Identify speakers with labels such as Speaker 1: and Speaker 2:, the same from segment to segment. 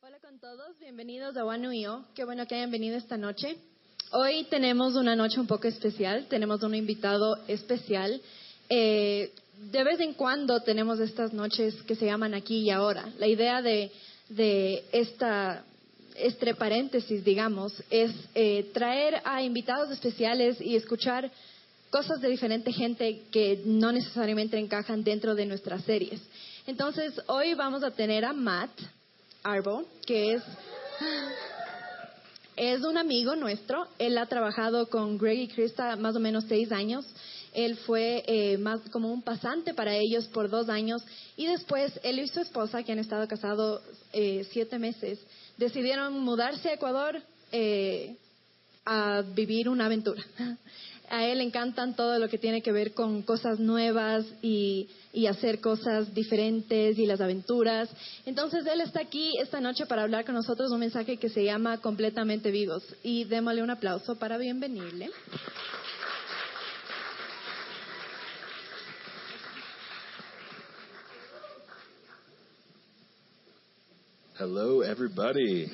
Speaker 1: Hola con todos, bienvenidos a Wanuio. Qué bueno que hayan venido esta noche. Hoy tenemos una noche un poco especial, tenemos un invitado especial. Eh, de vez en cuando tenemos estas noches que se llaman aquí y ahora. La idea de, de esta entre paréntesis, digamos, es eh, traer a invitados especiales y escuchar cosas de diferente gente que no necesariamente encajan dentro de nuestras series. Entonces, hoy vamos a tener a Matt Arbo, que es, es un amigo nuestro. Él ha trabajado con Greg y Krista más o menos seis años. Él fue eh, más como un pasante para ellos por dos años y después él y su esposa, que han estado casados eh, siete meses, decidieron mudarse a Ecuador eh, a vivir una aventura. A él le encantan todo lo que tiene que ver con cosas nuevas y, y hacer cosas diferentes y las aventuras. Entonces él está aquí esta noche para hablar con nosotros un mensaje que se llama Completamente Vivos. Y démosle un aplauso para bienvenirle.
Speaker 2: Hello, everybody.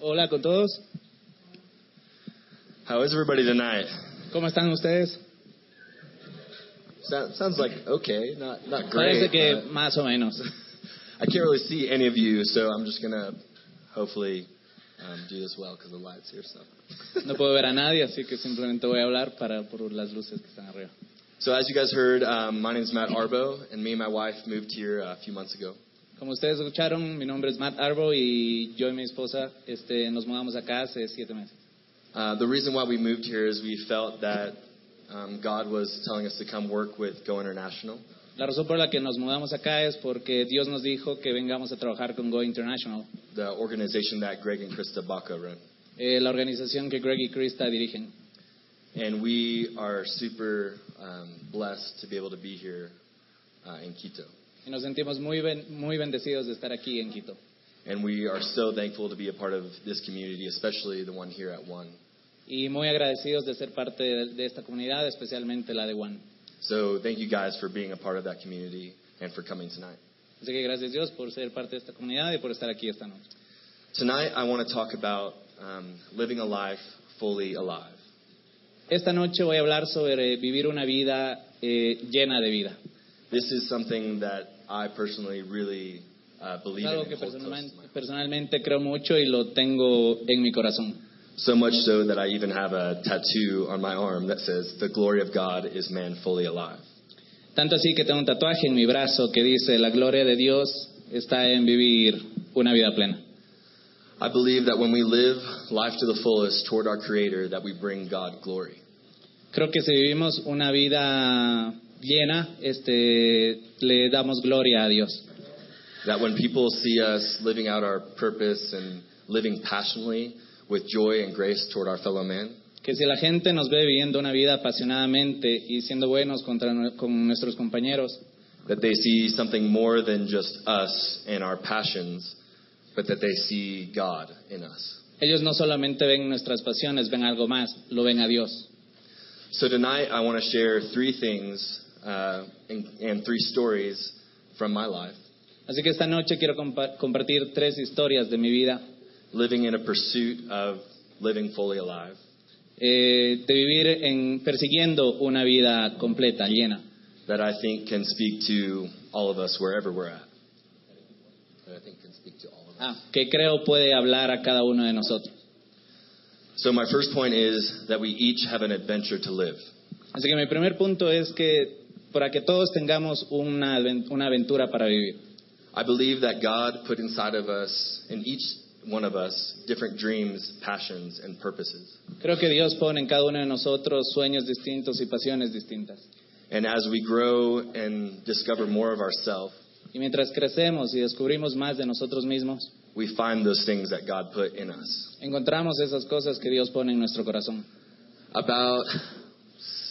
Speaker 3: Hola con todos,
Speaker 2: How is everybody tonight?
Speaker 3: ¿cómo están ustedes?
Speaker 2: So, sounds like okay, not not
Speaker 3: Parece
Speaker 2: great.
Speaker 3: que
Speaker 2: but
Speaker 3: más o menos.
Speaker 2: I can't really see any of you, so I'm just gonna hopefully um, do this well because the lights here. So,
Speaker 3: No puedo ver a nadie, así que simplemente voy a hablar para por las luces que están arriba.
Speaker 2: so as you guys heard, um, my name's Matt Arbo, and me and my wife moved here uh, a few months ago.
Speaker 3: Como ustedes escucharon, mi nombre es Matt Arbo y yo y mi esposa este, nos mudamos acá hace siete meses.
Speaker 2: Uh, the reason why we moved here is we felt that um, God was telling us to come work with Go International.
Speaker 3: La razón por la que nos mudamos acá es porque Dios nos dijo que vengamos a trabajar con Go International,
Speaker 2: The organization that Greg and Krista Baca run.
Speaker 3: eh, la organización que Greg y Krista dirigen.
Speaker 2: And we are super um, blessed to be able to be here uh, in Quito.
Speaker 3: Y nos sentimos muy, ben- muy bendecidos de estar aquí en Quito.
Speaker 2: And we are so thankful to be a part of this community, especially the one here at One.
Speaker 3: Y muy agradecidos de ser parte de, de esta comunidad, especialmente la de One.
Speaker 2: So thank you guys for being a part of that community and for coming tonight.
Speaker 3: Así que gracias Dios por ser parte de esta comunidad y por estar aquí esta noche.
Speaker 2: Tonight, I want to talk about um, living a life fully alive.
Speaker 3: Esta noche voy a hablar sobre vivir una vida eh, llena de vida.
Speaker 2: This is something that I personally really uh,
Speaker 3: Es
Speaker 2: believe in.
Speaker 3: algo
Speaker 2: and
Speaker 3: que
Speaker 2: hold close to my
Speaker 3: personalmente,
Speaker 2: heart.
Speaker 3: personalmente creo mucho y lo tengo en mi corazón.
Speaker 2: So much so that I even have a tattoo on my arm that says, The glory of God is man fully alive.
Speaker 3: Tanto así que tengo un tatuaje en mi brazo que dice, la gloria de Dios está en vivir una vida plena.
Speaker 2: I believe that when we live life to the fullest toward our Creator, that we bring God glory.
Speaker 3: Creo que si vivimos una vida llena, este, le damos gloria a Dios.
Speaker 2: That when people see us living out our purpose and living passionately with joy and grace toward our fellow man,
Speaker 3: Que si la gente nos ve viviendo una vida apasionadamente y siendo buenos contra nue- con nuestros compañeros,
Speaker 2: that they see something more than just us and our passions, but that they see God in us.
Speaker 3: ellos no solamente ven nuestras pasiones, ven algo más, lo ven a Dios.
Speaker 2: So tonight I want to share three things uh, and, and three stories from my life,
Speaker 3: Así que esta noche quiero compa- compartir tres historias de mi vida,
Speaker 2: living in a pursuit of living fully alive.
Speaker 3: eh, de vivir en, persiguiendo una vida completa, llena,
Speaker 2: that I think can speak to all of us wherever we're at. That I think can speak to all of us.
Speaker 3: ah, que creo puede hablar a cada uno de nosotros.
Speaker 2: So my first point is that we each have an adventure to live.
Speaker 3: Así que mi primer punto es que para que todos tengamos una, aven- una aventura para vivir.
Speaker 2: I believe that God put inside of us, in each one of us, different dreams, passions, and purposes.
Speaker 3: Creo que Dios pone en cada uno de nosotros sueños distintos y pasiones distintas.
Speaker 2: And as we grow and discover more of ourselves,
Speaker 3: Y mientras crecemos y descubrimos más de nosotros mismos,
Speaker 2: we find those things that God put in us.
Speaker 3: encontramos esas cosas que Dios pone en nuestro corazón.
Speaker 2: About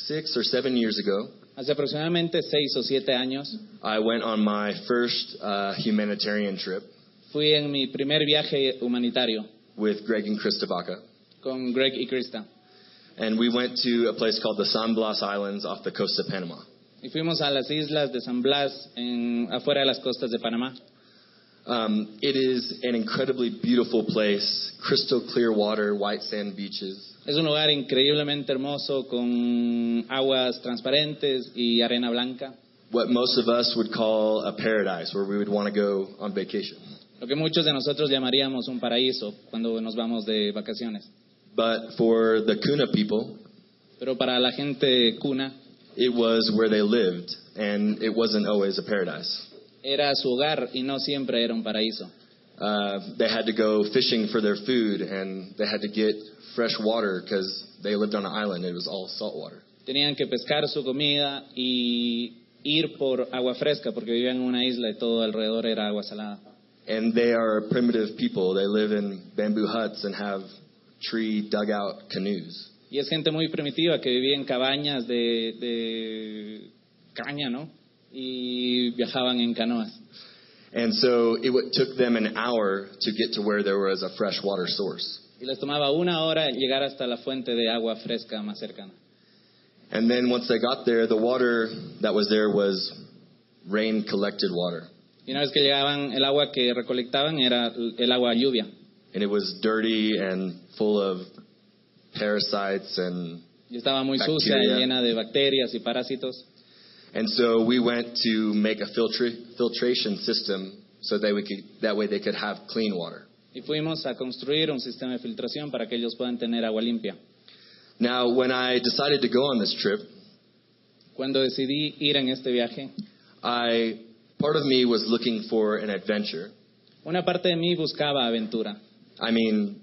Speaker 2: six or seven years ago,
Speaker 3: Hace aproximadamente seis o siete años
Speaker 2: I went on my first uh, humanitarian trip
Speaker 3: fui en mi primer viaje humanitario
Speaker 2: with Greg and Kristovaca.
Speaker 3: con Greg y Krista.
Speaker 2: And we went to a place called the San Blas Islands off the coast of Panama.
Speaker 3: Y fuimos a las islas de San Blas, en, afuera de las costas de Panamá.
Speaker 2: Um, it is an incredibly beautiful place, crystal clear water, white sand beaches.
Speaker 3: Es un lugar increíblemente hermoso con aguas transparentes y arena blanca.
Speaker 2: What most of us would call a paradise, where we would want to go on vacation.
Speaker 3: Lo que muchos de nosotros llamaríamos un paraíso cuando nos vamos de vacaciones.
Speaker 2: But for the Kuna people,
Speaker 3: Pero para la gente cuna
Speaker 2: it was where they lived, and it wasn't always a paradise.
Speaker 3: era su hogar y no siempre era un paraíso.
Speaker 2: Uh, they had to go fishing for their food, and they had to get fresh water because they lived on an island. It was all salt water.
Speaker 3: Tenían que pescar su comida y ir por agua fresca porque vivían en una isla y todo alrededor era agua salada.
Speaker 2: And they are a primitive people. They live in bamboo huts and have tree dugout canoes.
Speaker 3: Y es gente muy primitiva que vivía en cabañas de, de caña, ¿no? Y viajaban en canoas.
Speaker 2: And so it w- took them an hour to get to where there was a fresh water source.
Speaker 3: Y les tomaba una hora llegar hasta la fuente de agua fresca más cercana.
Speaker 2: And then once they got there, the water that was there was rain collected water.
Speaker 3: Y una vez que llegaban, el agua que recolectaban era l- el agua lluvia.
Speaker 2: And it was dirty and full of parasites and
Speaker 3: Y estaba muy sucia,
Speaker 2: Bacteria.
Speaker 3: llena de bacterias y parásitos.
Speaker 2: And so we went to make a filtra- filtration system so that we could that way they could have clean water.
Speaker 3: Y fuimos a construir un sistema de filtración para que ellos puedan tener agua limpia.
Speaker 2: Now, when I decided to go on this trip,
Speaker 3: Cuando decidí ir en este viaje,
Speaker 2: I part of me was looking for an adventure.
Speaker 3: una parte de mí buscaba aventura.
Speaker 2: I mean,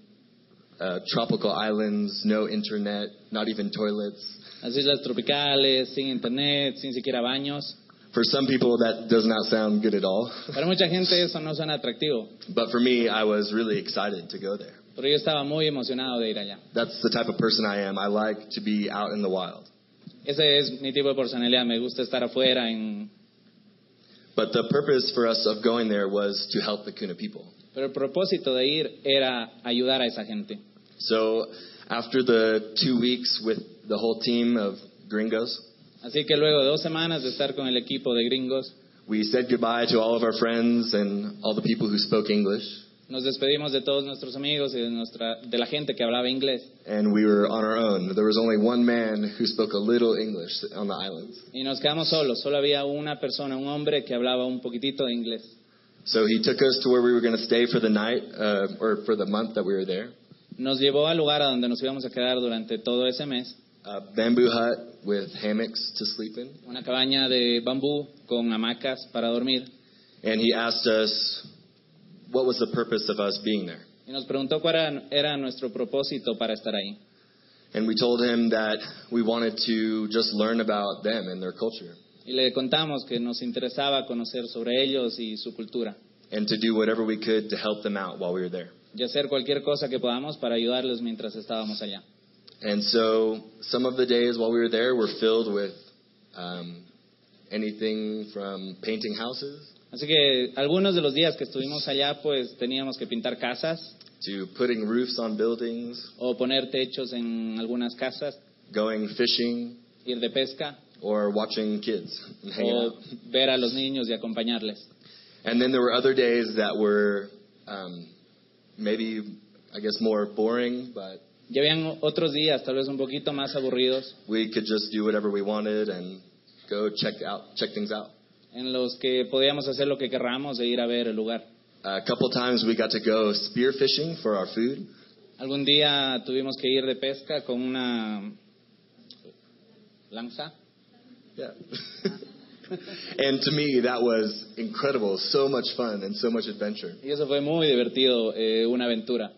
Speaker 2: uh, tropical islands, no internet, not even toilets.
Speaker 3: Las islas tropicales, sin internet, sin siquiera baños.
Speaker 2: For some people, that does not sound good at all.
Speaker 3: Para mucha gente eso no suena atractivo,
Speaker 2: But for me, I was really excited to go there.
Speaker 3: pero yo estaba muy emocionado de ir allá.
Speaker 2: That's the type of person I am. I like to be out in the wild.
Speaker 3: Ese es mi tipo de personalidad, me gusta estar afuera, en...
Speaker 2: But the purpose for us of going there was to help the Kuna people.
Speaker 3: pero el propósito de ir era ayudar a esa gente.
Speaker 2: So after the two weeks with the whole team of gringos,
Speaker 3: Así que luego de dos semanas de estar con el equipo de gringos,
Speaker 2: we said goodbye to all of our friends and all the people who spoke English,
Speaker 3: nos despedimos de todos nuestros amigos y de, nuestra, de la gente que hablaba inglés
Speaker 2: and we were on our own. There was only one man who spoke a little English on the islands.
Speaker 3: y nos quedamos solos. Solo había una persona, un hombre que hablaba un poquitito de inglés.
Speaker 2: So he took us to where we were going to stay for the night uh, or for the month that we were there.
Speaker 3: Nos llevó al lugar a donde nos íbamos a quedar durante todo ese mes,
Speaker 2: A bamboo hut with hammocks to sleep in.
Speaker 3: una cabaña de bambú con hamacas para dormir.
Speaker 2: And he asked us what was the purpose of us being there.
Speaker 3: y nos preguntó cuál era, era nuestro propósito para estar ahí.
Speaker 2: And we told him that we wanted to just learn about them and their culture.
Speaker 3: Y le contamos que nos interesaba conocer sobre ellos y su cultura
Speaker 2: and to do whatever we could to help them out while we were there.
Speaker 3: y hacer cualquier cosa que podamos para ayudarlos mientras estábamos allá.
Speaker 2: And so some of the days while we were there were filled with um, anything from painting houses
Speaker 3: Así que algunos de los días que estuvimos allá pues teníamos que pintar casas
Speaker 2: to putting roofs on buildings,
Speaker 3: o poner techos en algunas casas,
Speaker 2: going fishing,
Speaker 3: ir de pesca
Speaker 2: or watching kids and hanging out.
Speaker 3: o ver a los niños y acompañarles.
Speaker 2: And then there were other days that were um, maybe, I guess, more boring, but
Speaker 3: Ya habían otros días tal vez un poquito más aburridos
Speaker 2: we could just do whatever we wanted and go check out, check things out.
Speaker 3: en los que podíamos hacer lo que querramos e ir a ver el lugar.
Speaker 2: A couple times we got to go spear fishing for our food.
Speaker 3: Algún día tuvimos que ir de pesca con una lanza.
Speaker 2: Yeah. and to me, that was incredible. So much fun and so much adventure.
Speaker 3: Y eso fue muy divertido, eh, una aventura.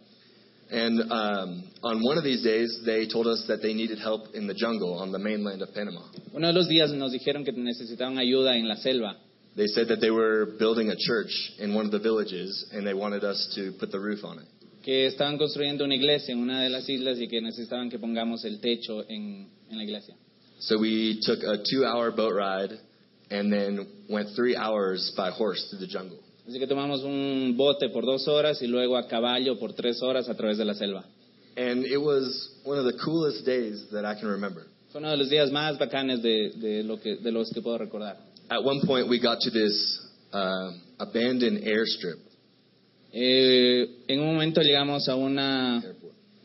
Speaker 2: And um, on one of these days, they told us that they needed help in the jungle on the mainland of Panama.
Speaker 3: Uno de los días nos dijeron que necesitaban ayuda en la selva.
Speaker 2: They said that they were building a church in one of the villages and they wanted us to put the roof on it.
Speaker 3: Que estaban construyendo una iglesia en una de las islas y que necesitaban que pongamos el techo en, en la iglesia.
Speaker 2: So we took a two hour boat ride and then went three hours by horse through the jungle.
Speaker 3: Así que tomamos un bote por dos horas y luego a caballo por tres horas a través de la selva.
Speaker 2: And it was one of the coolest days that I can remember.
Speaker 3: Fue uno de los días más bacanes de, de lo que, de los que puedo recordar.
Speaker 2: At one point, we got to this uh, abandoned airstrip
Speaker 3: Eh, en un momento llegamos a una,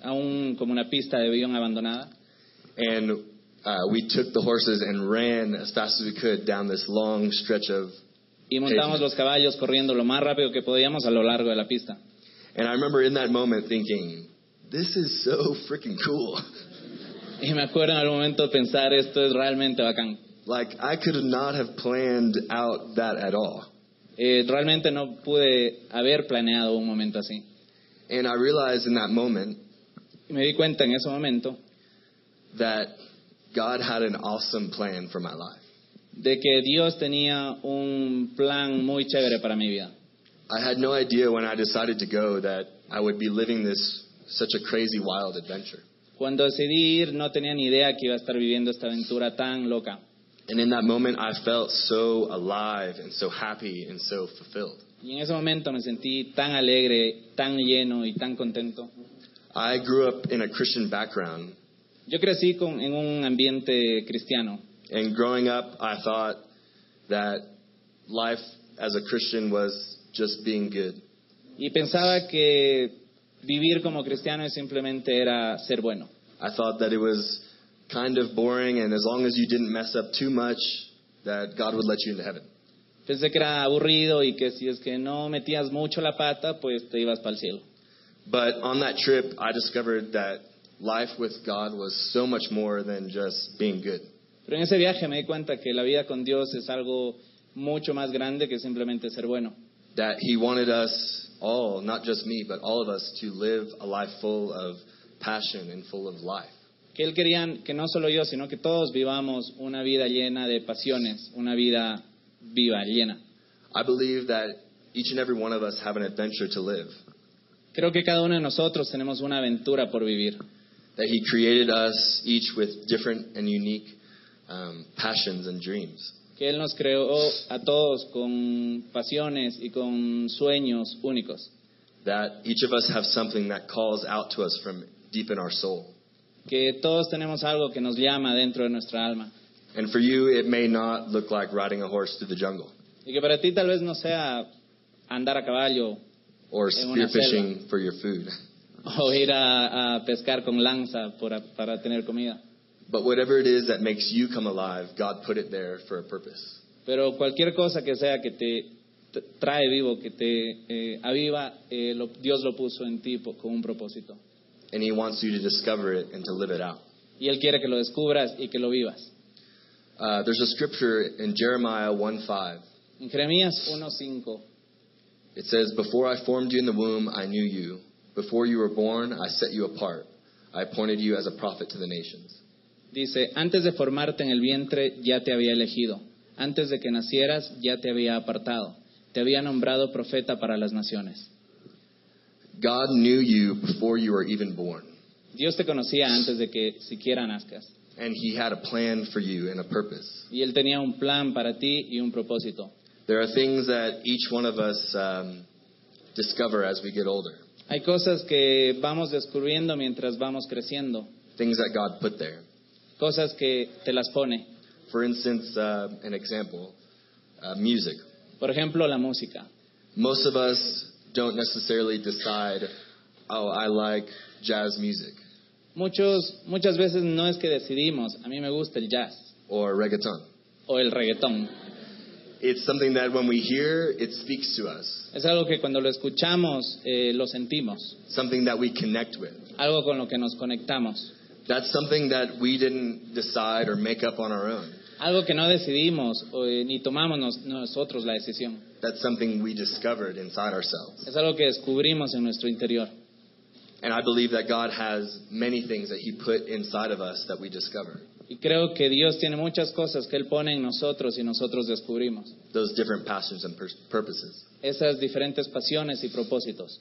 Speaker 3: a un, como una pista de avión abandonada
Speaker 2: And uh, we took the horses and ran as fast as we could down this long stretch of.
Speaker 3: y montamos los caballos corriendo lo más rápido que podíamos a lo largo de la pista.
Speaker 2: And I remember in that moment thinking, this is so freaking cool.
Speaker 3: Y me acuerdo en algún momento pensar, esto es realmente bacán.
Speaker 2: Like, I could not have planned out that at all.
Speaker 3: Eh, realmente no pude haber planeado un momento así.
Speaker 2: And I realized in that moment
Speaker 3: Y me di cuenta en ese momento
Speaker 2: that God had an awesome plan for my life.
Speaker 3: de que Dios tenía un plan muy chévere para mi vida.
Speaker 2: I had no idea when I decided to go that I would be living this such a crazy, wild adventure.
Speaker 3: Cuando decidí ir no tenía ni idea que iba a estar viviendo esta aventura tan loca.
Speaker 2: And in that moment, I felt so alive and so happy and so fulfilled.
Speaker 3: Y en ese momento me sentí tan alegre, tan lleno y tan contento.
Speaker 2: I grew up in a Christian background,
Speaker 3: Yo crecí con- en un ambiente cristiano
Speaker 2: and growing up, I thought that life as a Christian was just being good.
Speaker 3: y pensaba que vivir como cristiano simplemente era ser bueno.
Speaker 2: I thought that it was kind of boring, and as long as you didn't mess up too much, that God would let you into heaven.
Speaker 3: Pensé que era aburrido y que si es que no metías mucho la pata, pues te ibas para el cielo.
Speaker 2: But on that trip, I discovered that life with God was so much more than just being good.
Speaker 3: Pero en ese viaje me di cuenta que la vida con Dios es algo mucho más grande que simplemente ser bueno.
Speaker 2: That He wanted us all, not just me, but all of us, to live a life full of passion and full of life.
Speaker 3: Que Él quería que no solo yo, sino que todos vivamos una vida llena de pasiones, una vida viva, llena.
Speaker 2: I believe that each and every one of us have an adventure to live.
Speaker 3: Creo que cada uno de nosotros tenemos una aventura por vivir.
Speaker 2: That He created us each with different and unique um, passions and dreams.
Speaker 3: Que Él nos creó a todos con pasiones y con sueños únicos.
Speaker 2: That each of us have something that calls out to us from deep in our soul.
Speaker 3: Que todos tenemos algo que nos llama dentro de nuestra alma.
Speaker 2: And for you, it may not look like riding a horse through the jungle.
Speaker 3: Y que para ti tal vez no sea andar a caballo
Speaker 2: or
Speaker 3: En una
Speaker 2: spearfishing for your food.
Speaker 3: o ir a, a pescar con lanza por- para tener comida.
Speaker 2: But whatever it is that makes you come alive, God put it there for a purpose.
Speaker 3: Pero cualquier cosa que sea que te t- trae vivo, que te eh, aviva, eh, lo- Dios lo puso en ti po- con un propósito.
Speaker 2: And He wants you to discover it and to live it out.
Speaker 3: Y Él quiere que lo descubras y que lo vivas.
Speaker 2: Uh, there's a scripture in Jeremiah 1:5.
Speaker 3: En Jeremías 1.5
Speaker 2: It says, Before I formed you in the womb, I knew you. Before you were born, I set you apart. I appointed you as a prophet to the nations.
Speaker 3: dice, antes de formarte en el vientre ya te había elegido, antes de que nacieras ya te había apartado, te había nombrado profeta para las naciones.
Speaker 2: God knew you before you were even born.
Speaker 3: Dios te conocía antes de que siquiera nazcas.
Speaker 2: And He had a plan for you and a purpose.
Speaker 3: Y Él tenía un plan para ti y un propósito.
Speaker 2: There are things that each one of us um, discover as we get older,
Speaker 3: Hay cosas que vamos descubriendo mientras vamos creciendo,
Speaker 2: things that God put there.
Speaker 3: cosas que te las pone.
Speaker 2: For instance, uh, an example, uh, music.
Speaker 3: Por ejemplo, la música.
Speaker 2: Most of us don't necessarily decide, oh, I like jazz music
Speaker 3: Muchos, muchas veces no es que decidimos, a mí me gusta el jazz
Speaker 2: or reggaeton.
Speaker 3: o el reggaetón.
Speaker 2: It's something that when we hear, it speaks to us,
Speaker 3: Es algo que cuando lo escuchamos eh, lo sentimos,
Speaker 2: something that we connect with.
Speaker 3: algo con lo que nos conectamos,
Speaker 2: That's something that we didn't decide or make up on our own.
Speaker 3: algo que no decidimos o, eh, ni tomamos nos- nosotros la decisión.
Speaker 2: That's something we discovered inside ourselves.
Speaker 3: Es algo que descubrimos en nuestro interior.
Speaker 2: And I believe that God has many things that He put inside of us that we discover,
Speaker 3: Y creo que Dios tiene muchas cosas que Él pone en nosotros y nosotros descubrimos.
Speaker 2: those different passions and pur- purposes.
Speaker 3: Esas diferentes pasiones y propósitos.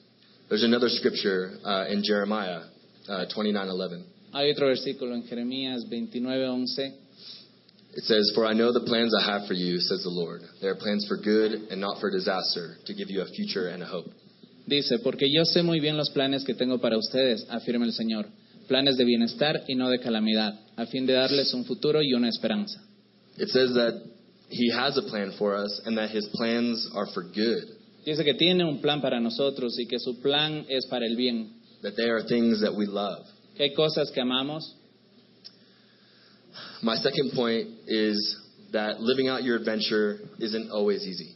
Speaker 2: There's another scripture uh, in Jeremiah uh, 29:11.
Speaker 3: Hay otro versículo en Jeremías 29:11
Speaker 2: It says, "For I know the plans I have for you," says the Lord. "They are plans for good and not for disaster, to give you a future and a hope."
Speaker 3: dice, porque yo sé muy bien los planes que tengo para ustedes, afirma el Señor, planes de bienestar y no de calamidad, a fin de darles un futuro y una esperanza.
Speaker 2: It says that He has a plan for us and that His plans are for good,
Speaker 3: Dice que tiene un plan para nosotros y que su plan es para el bien.
Speaker 2: that they are things that we love.
Speaker 3: Que hay cosas que amamos.
Speaker 2: My second point is that living out your adventure isn't always easy.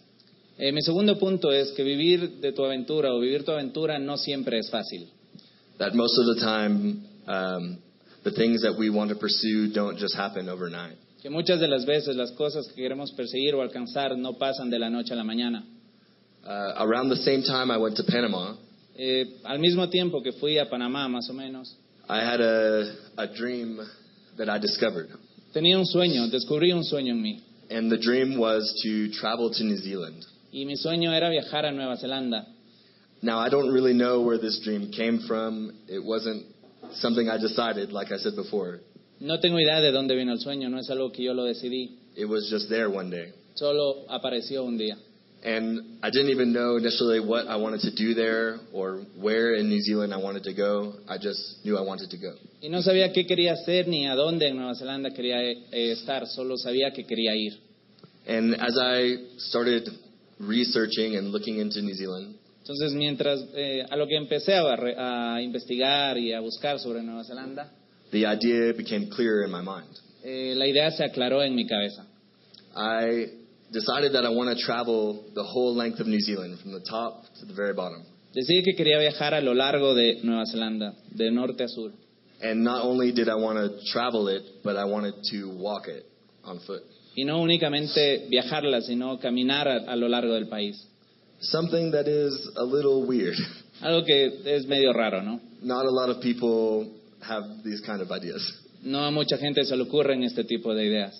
Speaker 3: Eh, mi segundo punto es que vivir de tu aventura o vivir tu aventura no siempre es fácil.
Speaker 2: That most of the time, um, the things that we want to pursue don't just happen overnight.
Speaker 3: Que muchas de las veces las cosas que queremos perseguir o alcanzar no pasan de la noche a la mañana.
Speaker 2: Uh, around the same time I went to Panama,
Speaker 3: Eh, al mismo tiempo que fui a Panamá, más o menos,
Speaker 2: I had a, a dream that I discovered.
Speaker 3: tenía un sueño, descubrí un sueño en mí.
Speaker 2: And the dream was to travel to New Zealand.
Speaker 3: Y mi sueño era viajar a Nueva Zelanda.
Speaker 2: Now, I don't really know where this dream came from. It wasn't something I decided, like I said before.
Speaker 3: No tengo idea de dónde vino el sueño, no es algo que yo lo decidí,
Speaker 2: It was just there one day.
Speaker 3: solo apareció un día.
Speaker 2: And I didn't even know initially what I wanted to do there or where in New Zealand I wanted to go. I just knew I wanted to go.
Speaker 3: Y no sabía qué quería hacer ni a dónde en Nueva Zelanda quería eh, estar, solo sabía que quería ir.
Speaker 2: And as I started researching and looking into New Zealand,
Speaker 3: Entonces, mientras eh, a lo que empecé a, barre- a investigar y a buscar sobre Nueva Zelanda,
Speaker 2: the idea became clearer in my mind.
Speaker 3: eh, la idea se aclaró en mi cabeza.
Speaker 2: I decided that I want to travel the whole length of New Zealand from the top to the very bottom.
Speaker 3: Decidí que quería viajar a lo largo de Nueva Zelanda, de norte a sur.
Speaker 2: And not only did I want to travel it, but I wanted to walk it on foot.
Speaker 3: Y no únicamente viajarla, sino caminar a, a lo largo del país.
Speaker 2: Something that is a little weird.
Speaker 3: Algo que es medio raro, ¿no?
Speaker 2: Not a lot of people have these kind of ideas.
Speaker 3: No a mucha gente se le ocurren este tipo de ideas.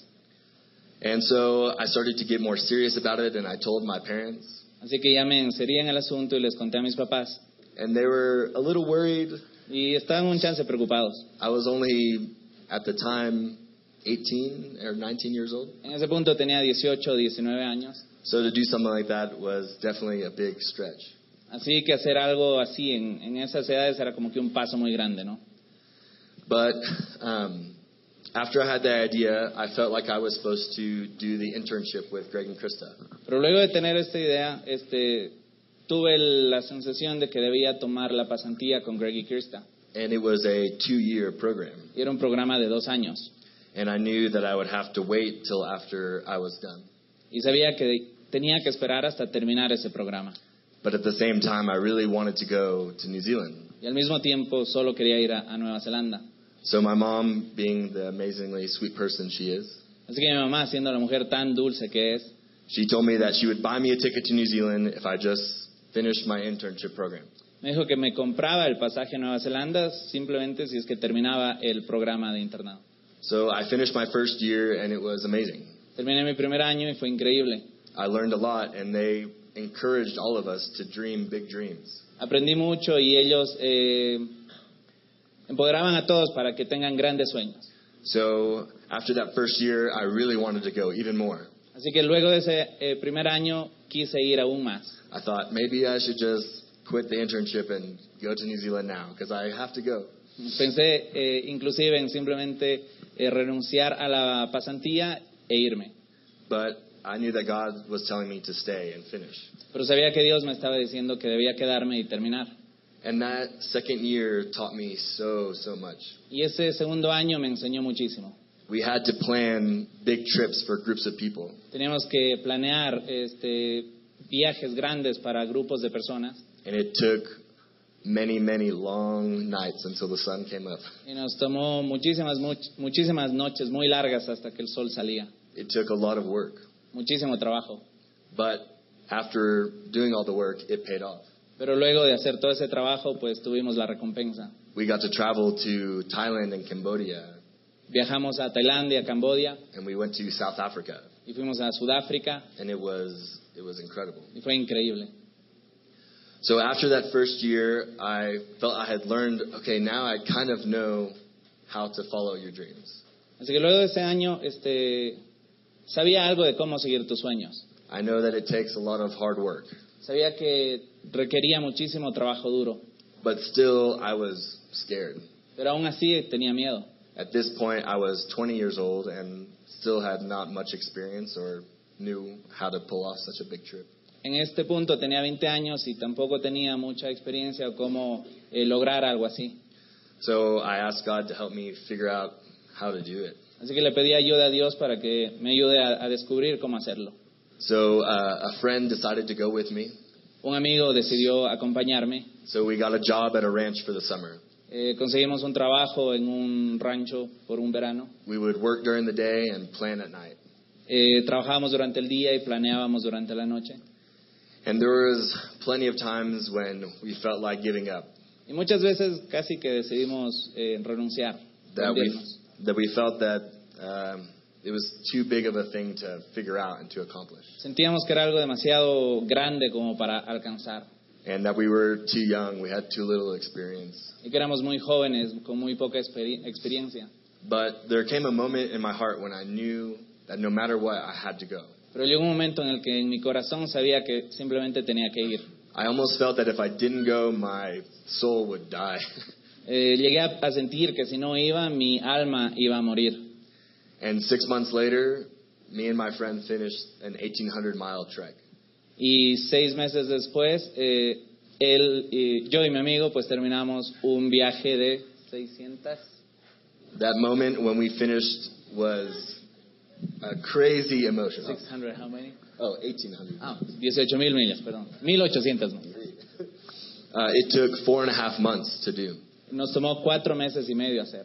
Speaker 2: And so I started to get more serious about it, and I told my parents.
Speaker 3: Así que ya me encerré en el asunto y les conté a mis papás.
Speaker 2: And they were a little worried.
Speaker 3: Y estaban un chance preocupados.
Speaker 2: I was only, at the time, 18 or 19 years old.
Speaker 3: En ese punto tenía 18 o 19 años.
Speaker 2: So to do something like that was definitely a big stretch.
Speaker 3: Así que hacer algo así en, en esas edades era como que un paso muy grande, ¿no?
Speaker 2: But um, after I had that idea, I felt like I was supposed to do the internship with Greg and Krista.
Speaker 3: Pero luego de tener esta idea, este, tuve el- la sensación de que debía tomar la pasantía con Greg y Kirsta.
Speaker 2: And it was a two year program.
Speaker 3: Y era un programa de dos años.
Speaker 2: And I knew that I would have to wait till after I was done.
Speaker 3: Y sabía que de- tenía que esperar hasta terminar ese programa.
Speaker 2: But at the same time, I really wanted to go to New Zealand.
Speaker 3: Y al mismo tiempo solo quería ir a, a Nueva Zelanda.
Speaker 2: So my mom, being the amazingly sweet person she is,
Speaker 3: Así que mi mamá, siendo la mujer tan dulce que es,
Speaker 2: she told me that she would buy me a ticket to New Zealand if I just finished my internship program.
Speaker 3: me dijo que me compraba el pasaje a Nueva Zelanda simplemente si es que terminaba el programa de internado.
Speaker 2: So I finished my first year and it was amazing.
Speaker 3: Terminé mi primer año y fue increíble.
Speaker 2: I learned a lot and they encouraged all of us to dream big dreams.
Speaker 3: Aprendí mucho y ellos eh, empoderaban a todos para que tengan grandes sueños.
Speaker 2: So after that first year, I really wanted to go even more.
Speaker 3: Así que luego de ese eh, primer año quise ir aún más.
Speaker 2: I thought maybe I should just quit the internship and go to New Zealand now because I have to go.
Speaker 3: Pensé eh, inclusive en simplemente eh, renunciar a la pasantía e irme.
Speaker 2: But I knew that God was telling me to stay and finish.
Speaker 3: Pero sabía que Dios me estaba diciendo que debía quedarme y terminar.
Speaker 2: And that second year taught me so, so much.
Speaker 3: Y ese segundo año me enseñó muchísimo.
Speaker 2: We had to plan big trips for groups of people.
Speaker 3: Teníamos que planear este, viajes grandes para grupos de personas
Speaker 2: And it took many, many long nights until the sun came up.
Speaker 3: y nos tomó muchísimas, much- muchísimas noches muy largas hasta que el sol salía.
Speaker 2: It took a lot of work.
Speaker 3: Muchísimo trabajo.
Speaker 2: But after doing all the work, it paid off.
Speaker 3: Pero luego de hacer todo ese trabajo, pues tuvimos la recompensa.
Speaker 2: We got to travel to Thailand and Cambodia,
Speaker 3: Viajamos a Tailandia, Cambodia
Speaker 2: and we went to South Africa,
Speaker 3: y fuimos a Sudáfrica
Speaker 2: and it was, it was incredible.
Speaker 3: y fue increíble.
Speaker 2: So after that first year, I felt I had learned okay, now I kind of know how to follow your dreams.
Speaker 3: Así que luego de ese año, este, sabía algo de cómo seguir tus sueños.
Speaker 2: I know that it takes a lot of hard work,
Speaker 3: Sabía que requería muchísimo trabajo duro,
Speaker 2: but still I was scared.
Speaker 3: pero aún así tenía miedo.
Speaker 2: At this point, I was 20 years old and still had not much experience or knew how to pull off such a big trip.
Speaker 3: en este punto tenía 20 años y tampoco tenía mucha experiencia cómo eh, lograr algo así.
Speaker 2: So I asked God to help me figure out how to do it.
Speaker 3: Así que le pedí ayuda a Dios para que me ayude a, a descubrir cómo hacerlo.
Speaker 2: So uh, a friend decided to go with me.
Speaker 3: Un amigo decidió acompañarme.
Speaker 2: So we got a job at a ranch for the summer.
Speaker 3: Eh, conseguimos un trabajo en un rancho por un verano.
Speaker 2: We would work during the day and plan at night.
Speaker 3: Eh, trabajábamos durante el día y planeábamos durante la noche.
Speaker 2: And there was plenty of times when we felt like giving up.
Speaker 3: Y muchas veces casi que decidimos eh, renunciar.
Speaker 2: That
Speaker 3: rendirnos.
Speaker 2: we that we felt that um, it was too big of a thing to figure out and to accomplish,
Speaker 3: Sentíamos que era algo demasiado grande como para alcanzar.
Speaker 2: and that we were too young. We had too little experience.
Speaker 3: Y que éramos muy jóvenes, con muy poca experi- experiencia.
Speaker 2: But there came a moment in my heart when I knew that no matter what, I had to go.
Speaker 3: Pero llegó un momento en el que en mi corazón sabía que simplemente tenía que ir.
Speaker 2: I almost felt that if I didn't go, my soul would die.
Speaker 3: Eh, llegué a, a sentir que si no iba, mi alma iba a morir.
Speaker 2: and six months later, me and my friend finished an 1,800 mile trek.
Speaker 3: Y seis meses después, eh, él, y- yo y mi amigo, pues terminamos un viaje de 600.
Speaker 2: That moment when we finished was a crazy emotion.
Speaker 3: 600, how many?
Speaker 2: Oh, 1,800.
Speaker 3: Ah, 18 mil millas, perdón. 1800 millas.
Speaker 2: Uh, it took four and a half months to do.
Speaker 3: Nos tomó cuatro meses y medio hacer.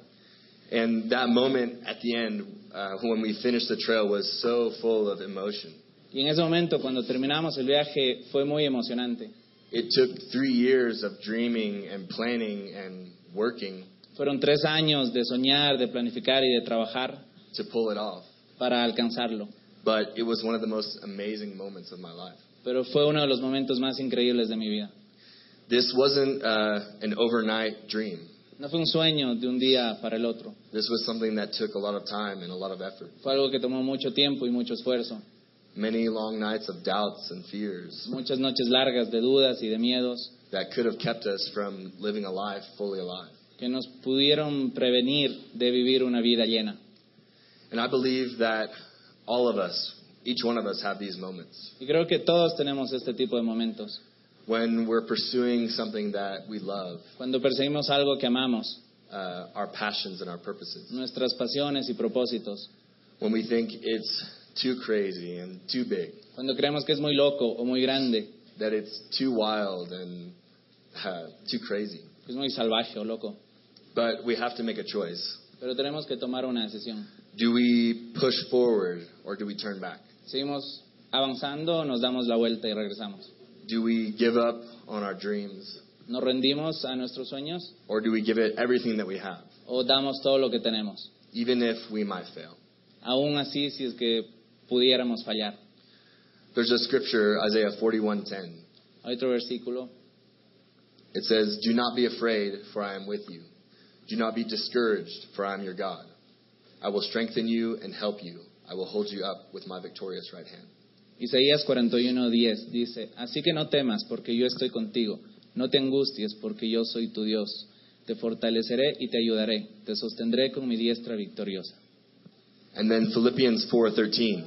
Speaker 2: And that moment at the end, uh, when we finished the trail, was so full of emotion.
Speaker 3: Y en ese momento, cuando terminamos el viaje, fue muy emocionante.
Speaker 2: It took three years of dreaming and planning and working
Speaker 3: Fueron tres años de soñar, de planificar y de trabajar
Speaker 2: to pull it off.
Speaker 3: para alcanzarlo.
Speaker 2: But it was one of the most amazing moments of my life.
Speaker 3: Pero fue uno de los momentos más increíbles de mi vida.
Speaker 2: This wasn't uh, an overnight dream.
Speaker 3: No fue un sueño de un día para el otro.
Speaker 2: This was something that took a lot of time and a lot of effort.
Speaker 3: Fue algo que tomó mucho tiempo y mucho esfuerzo.
Speaker 2: Many long nights of doubts and fears
Speaker 3: Muchas noches largas de dudas y de miedos
Speaker 2: that could have kept us from living a life fully alive.
Speaker 3: que nos pudieron prevenir de vivir una vida llena.
Speaker 2: And I believe that all of us, each one of us, have these moments
Speaker 3: Y creo que todos tenemos este tipo de momentos.
Speaker 2: when we're pursuing something that we love,
Speaker 3: Cuando perseguimos algo que amamos,
Speaker 2: uh, our passions and our purposes.
Speaker 3: nuestras pasiones y propósitos,
Speaker 2: When we think it's too crazy and too big,
Speaker 3: cuando creemos que es muy loco o muy grande,
Speaker 2: that it's too wild and uh, too crazy.
Speaker 3: que es muy salvaje o loco.
Speaker 2: But we have to make a choice.
Speaker 3: Pero tenemos que tomar una decisión.
Speaker 2: Do we push forward or do we turn back?
Speaker 3: Seguimos avanzando, o nos damos la vuelta y regresamos.
Speaker 2: Do we give up on our dreams
Speaker 3: Nos rendimos a nuestros sueños
Speaker 2: or do we give it everything that we have,
Speaker 3: o damos todo lo que tenemos.
Speaker 2: even if we might fail?
Speaker 3: Aún así, si es que pudiéramos fallar.
Speaker 2: There's a scripture, Isaiah 41:10.
Speaker 3: Hay otro versículo.
Speaker 2: It says, Do not be afraid, for I am with you. Do not be discouraged, for I am your God. I will strengthen you and help you. I will hold you up with my victorious right hand.
Speaker 3: Isaías 41:10 dice, Así que no temas porque yo estoy contigo, no te angusties porque yo soy tu Dios, te fortaleceré y te ayudaré, te sostendré con mi diestra victoriosa.
Speaker 2: And then Philippians 4:13.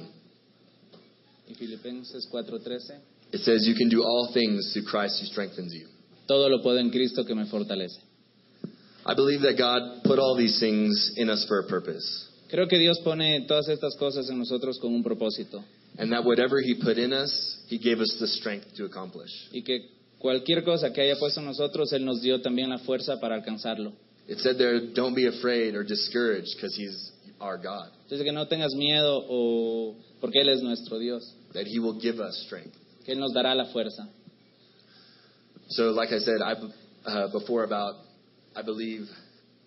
Speaker 3: Y Filipenses 4:13,
Speaker 2: It says, You can do all things through Christ who strengthens you.
Speaker 3: Todo lo puedo en Cristo que me fortalece.
Speaker 2: I believe that God put all these things in us for a purpose,
Speaker 3: Creo que Dios pone todas estas cosas en nosotros con un propósito
Speaker 2: and that whatever He put in us, He gave us the strength to accomplish.
Speaker 3: y que cualquier cosa que haya puesto en nosotros, Él nos dio también la fuerza para alcanzarlo.
Speaker 2: It said there, Don't be afraid or discouraged because He's our God,
Speaker 3: Entonces que no tengas miedo o porque Él es nuestro Dios,
Speaker 2: that He will give us strength.
Speaker 3: que Él nos dará la fuerza.
Speaker 2: So, like I said I, uh, before about, I believe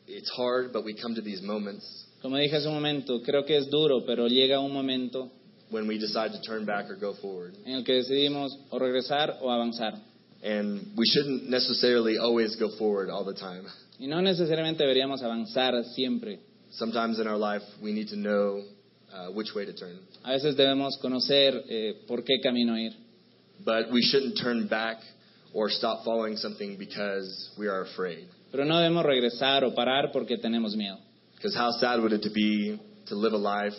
Speaker 2: it's hard, but we come to these moments
Speaker 3: Como dije hace un momento, creo que es duro, pero llega un momento
Speaker 2: when we decide to turn back or go forward.
Speaker 3: en el que decidimos o regresar o avanzar.
Speaker 2: And we shouldn't necessarily always go forward all the time.
Speaker 3: Y no necesariamente deberíamos avanzar siempre.
Speaker 2: Sometimes in our life, we need to know uh, which way to turn.
Speaker 3: A veces debemos conocer eh, por qué camino ir.
Speaker 2: But we shouldn't turn back or stop following something because we are afraid.
Speaker 3: Pero no debemos regresar o parar porque tenemos miedo.
Speaker 2: Because how sad would it be to live a life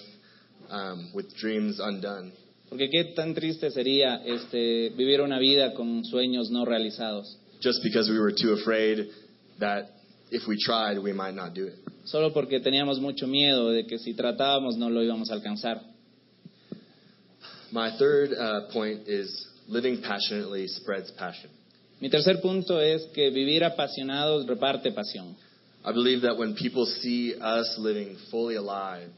Speaker 2: um, with dreams undone?
Speaker 3: Porque qué tan triste sería este, vivir una vida con sueños no realizados,
Speaker 2: just because we were too afraid that if we tried, we might not do it.
Speaker 3: solo porque teníamos mucho miedo de que si tratábamos no lo íbamos a alcanzar.
Speaker 2: My third uh, point is living passionately spreads passion.
Speaker 3: Mi tercer punto es que vivir apasionados reparte pasión.
Speaker 2: I believe that when people see us living fully alive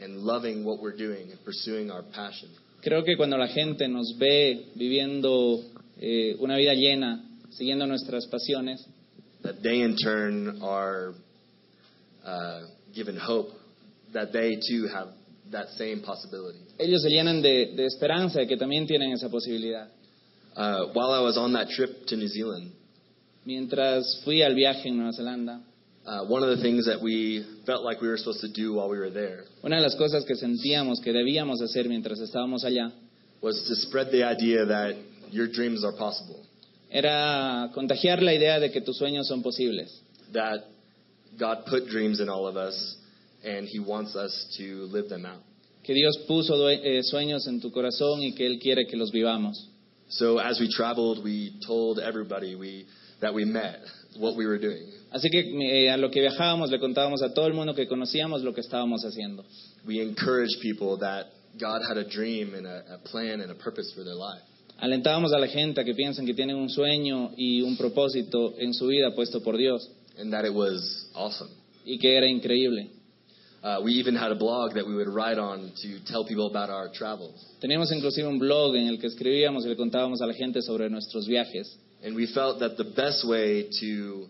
Speaker 2: and loving what we're doing and pursuing our passion,
Speaker 3: Creo que cuando la gente nos ve viviendo eh, una vida llena, siguiendo nuestras pasiones,
Speaker 2: that they in turn are uh, given hope that they too have that same possibility.
Speaker 3: ellos se llenan de, de esperanza de que también tienen esa posibilidad.
Speaker 2: Uh, while I was on that trip to New Zealand,
Speaker 3: Mientras fui al viaje en Nueva Zelanda,
Speaker 2: uh, one of the things that we felt like we were supposed to do while we were there
Speaker 3: una de las cosas que sentíamos que debíamos hacer mientras estábamos allá
Speaker 2: was to spread the idea that your dreams are possible,
Speaker 3: era contagiar la idea de que tus sueños son posibles,
Speaker 2: that God put dreams in all of us and He wants us to live them out.
Speaker 3: que Dios puso due- eh, sueños en tu corazón y que Él quiere que los vivamos.
Speaker 2: So as we traveled, we told everybody we, that we met what we were doing.
Speaker 3: Así que eh, a lo que viajábamos le contábamos a todo el mundo que conocíamos lo que estábamos haciendo.
Speaker 2: We encouraged people that God had a dream and a, a plan and a purpose for their life.
Speaker 3: Alentábamos a la gente a que piensen que tienen un sueño y un propósito en su vida puesto por Dios
Speaker 2: and that it was awesome.
Speaker 3: y que era increíble.
Speaker 2: Uh, we even had a blog that we would write on to tell people about our travels.
Speaker 3: Teníamos inclusive un blog en el que escribíamos y le contábamos a la gente sobre nuestros viajes.
Speaker 2: And we felt that the best way to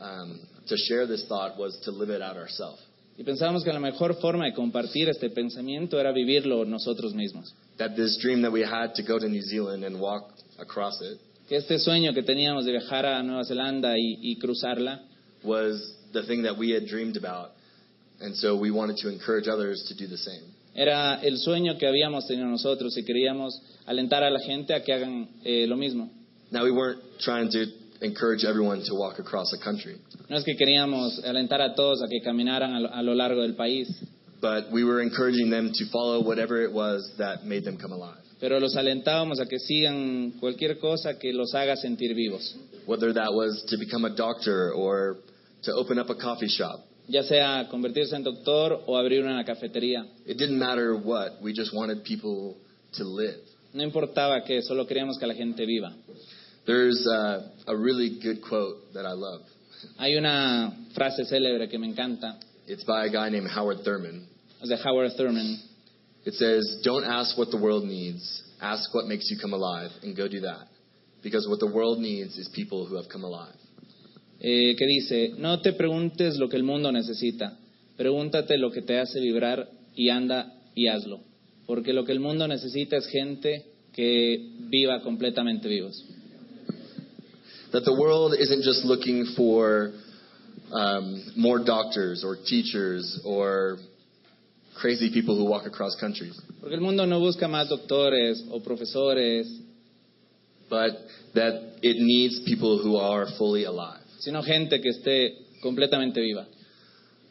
Speaker 2: um, to share this thought was to live it out ourselves.
Speaker 3: Y pensábamos que la mejor forma de compartir este pensamiento era vivirlo nosotros mismos.
Speaker 2: That this dream that we had to go to New Zealand and walk across it
Speaker 3: Que este sueño que teníamos de viajar a Nueva Zelanda y, y cruzarla
Speaker 2: was the thing that we had dreamed about, and so we wanted to encourage others to do the same.
Speaker 3: era el sueño que habíamos tenido nosotros y queríamos alentar a la gente a que hagan eh, lo mismo.
Speaker 2: Now we weren't trying to encourage everyone to walk across a country,
Speaker 3: No es que queríamos alentar a todos a que caminaran a lo, a lo largo del país,
Speaker 2: but we were encouraging them to follow whatever it was that made them come alive.
Speaker 3: pero los alentábamos a que sigan cualquier cosa que los haga sentir vivos,
Speaker 2: whether that was to become a doctor or to open up a coffee shop.
Speaker 3: ya sea convertirse en doctor o abrir una cafetería.
Speaker 2: It didn't matter what, we just wanted people to live.
Speaker 3: No importaba que solo queríamos que la gente viva.
Speaker 2: There's uh, a really good quote that I love.
Speaker 3: Hay una frase célebre que me encanta,
Speaker 2: It's by a guy named Howard Thurman.
Speaker 3: es de Howard Thurman,
Speaker 2: It says, Don't ask what the world needs, ask what makes you come alive, and go do that. Because what the world needs is people who have come alive.
Speaker 3: eh, que dice, no te preguntes lo que el mundo necesita, pregúntate lo que te hace vibrar y anda y hazlo, porque lo que el mundo necesita es gente que viva completamente vivos.
Speaker 2: That the world isn't just looking for um, more doctors or teachers or crazy people who walk across countries.
Speaker 3: Porque el mundo no busca más doctores o profesores,
Speaker 2: but that it needs people who are fully alive.
Speaker 3: sino gente que esté completamente viva.